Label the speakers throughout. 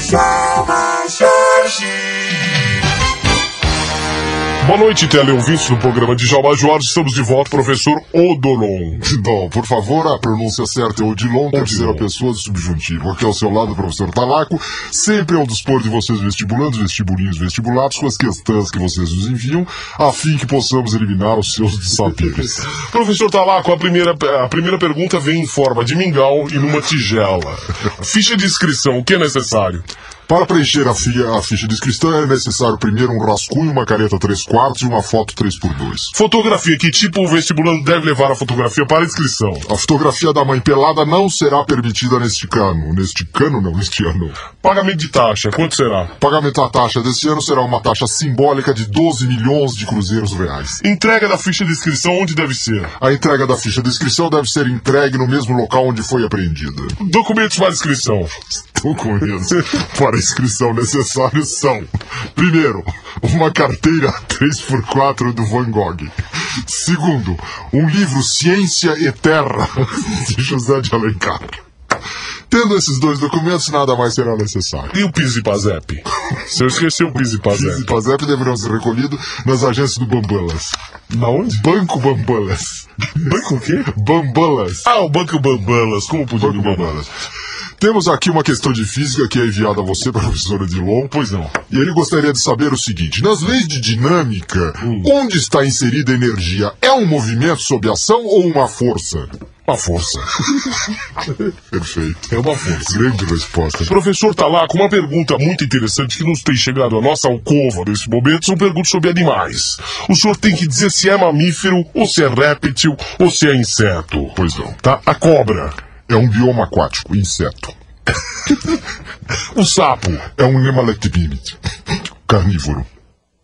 Speaker 1: Chama Jorge.
Speaker 2: Boa noite, teleouvintes do programa de Jalma Jorge. Estamos de volta, professor Odolon.
Speaker 3: Não, por favor, a pronúncia certa é Odilon, terceira pessoa do subjuntivo. Aqui ao seu lado, o professor Talaco, sempre ao dispor de vocês, vestibulandos, vestibulinhos, vestibulados, com as questões que vocês nos enviam, a fim que possamos eliminar os seus dessaberes.
Speaker 2: Professor Talaco, a primeira, a primeira pergunta vem em forma de mingau e numa tigela. Ficha de inscrição, o que é necessário?
Speaker 3: Para preencher a, fia- a ficha de inscrição é necessário primeiro um rascunho, uma careta 3 quartos e uma foto 3x2.
Speaker 2: Fotografia, que tipo o vestibulando deve levar a fotografia para a inscrição?
Speaker 3: A fotografia da mãe pelada não será permitida neste cano. Neste cano, não, neste ano.
Speaker 2: Pagamento de taxa, quanto será?
Speaker 3: Pagamento da taxa desse ano será uma taxa simbólica de 12 milhões de cruzeiros reais.
Speaker 2: Entrega da ficha de inscrição, onde deve ser?
Speaker 3: A entrega da ficha de inscrição deve ser entregue no mesmo local onde foi apreendida.
Speaker 2: Documentos para inscrição.
Speaker 3: Documentos para inscrição necessários são: primeiro, uma carteira 3x4 do Van Gogh. Segundo, um livro Ciência e Terra de José de Alencar. Tendo esses dois documentos, nada mais será necessário.
Speaker 2: E o PIS e PASEP? Se eu esqueci o PIS
Speaker 3: Pis
Speaker 2: e
Speaker 3: e
Speaker 2: PASEP.
Speaker 3: PASEP deverão ser recolhidos nas agências do Bambalas.
Speaker 2: Na onde?
Speaker 3: Banco Bambalas.
Speaker 2: Banco o quê?
Speaker 3: Bambalas.
Speaker 2: Ah, o Banco Bambalas. Como podia
Speaker 3: Banco
Speaker 2: me Bambalas?
Speaker 3: Bambalas. Temos aqui uma questão de física que é enviada a você, professor Edilon.
Speaker 2: Pois não.
Speaker 3: E ele gostaria de saber o seguinte: nas leis de dinâmica,
Speaker 2: Hum.
Speaker 3: onde está inserida a energia? É um movimento sob ação ou uma força?
Speaker 2: Uma força.
Speaker 3: Perfeito.
Speaker 2: É uma força.
Speaker 3: Grande resposta.
Speaker 2: Professor Talaco, uma pergunta muito interessante que nos tem chegado à nossa alcova nesse momento são perguntas sobre animais. O senhor tem que dizer se é mamífero, ou se é réptil, ou se é inseto.
Speaker 3: Pois não.
Speaker 2: Tá? A cobra,
Speaker 3: É um bioma aquático, inseto.
Speaker 2: o sapo,
Speaker 3: É um nemalectimimid, carnívoro.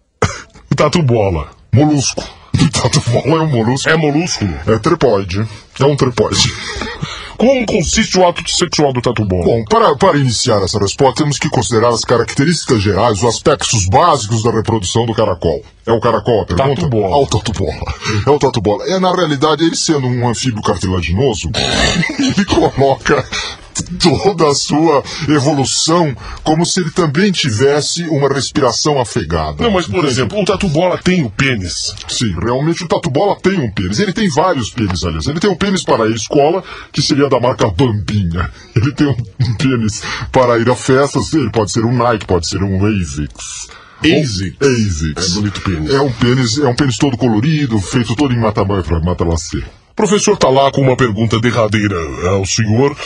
Speaker 2: o tatu bola.
Speaker 3: Molusco. Tatu bola é um molusco.
Speaker 2: É molusco?
Speaker 3: É trepóide. É um trepóide.
Speaker 2: Como consiste o ato sexual do tatu bola?
Speaker 3: Bom, para, para iniciar essa resposta, temos que considerar as características gerais, os aspectos básicos da reprodução do caracol. É o caracol a pergunta?
Speaker 2: Tatu-bola.
Speaker 3: É o tatu-bola. É o tatu-bola. É, na realidade, ele sendo um anfíbio cartilaginoso, ele coloca toda a sua evolução como se ele também tivesse uma respiração afegada.
Speaker 2: Não, mas por exemplo, o tatu bola tem o pênis.
Speaker 3: Sim, realmente o Tatu Bola tem um pênis. Ele tem vários pênis, aliás. Ele tem um pênis para a escola, que seria da marca Bambinha. Ele tem um, um pênis para ir a festas. Ele pode ser um Nike, pode ser um Asics.
Speaker 2: Asics?
Speaker 3: Ou- Asics.
Speaker 2: É bonito pênis.
Speaker 3: É um pênis, é um pênis todo colorido, feito todo em mata mata lacê.
Speaker 2: Professor Talaco, uma pergunta derradeira ao senhor.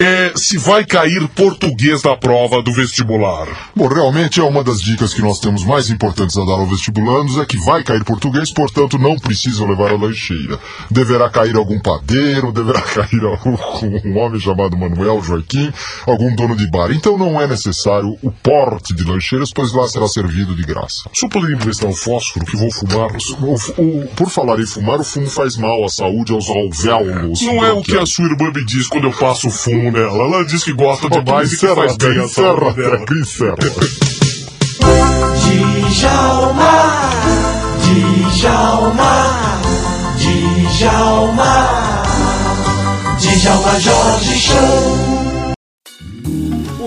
Speaker 2: É se vai cair português na prova do vestibular.
Speaker 3: Bom, realmente é uma das dicas que nós temos mais importantes a dar ao vestibulandos é que vai cair português, portanto não precisa levar a lancheira. Deverá cair algum padeiro, deverá cair algum um homem chamado Manuel Joaquim, algum dono de bar. Então não é necessário o porte de lancheiras, pois lá será servido de graça.
Speaker 2: O senhor poderia me prestar um fósforo que vou fumar?
Speaker 3: O fu- o- por falar em fumar, o fumo faz mal à saúde, aos alvéolos.
Speaker 2: Não é o que a sua irmã me diz quando eu passo fumo nela. Ela diz que gosta demais e que
Speaker 3: Encerra,
Speaker 2: faz bem a
Speaker 3: encerra,
Speaker 2: saúde dela.
Speaker 3: encerra.
Speaker 1: Djalma, Djalma, Djalma, Djalma Jorge Show.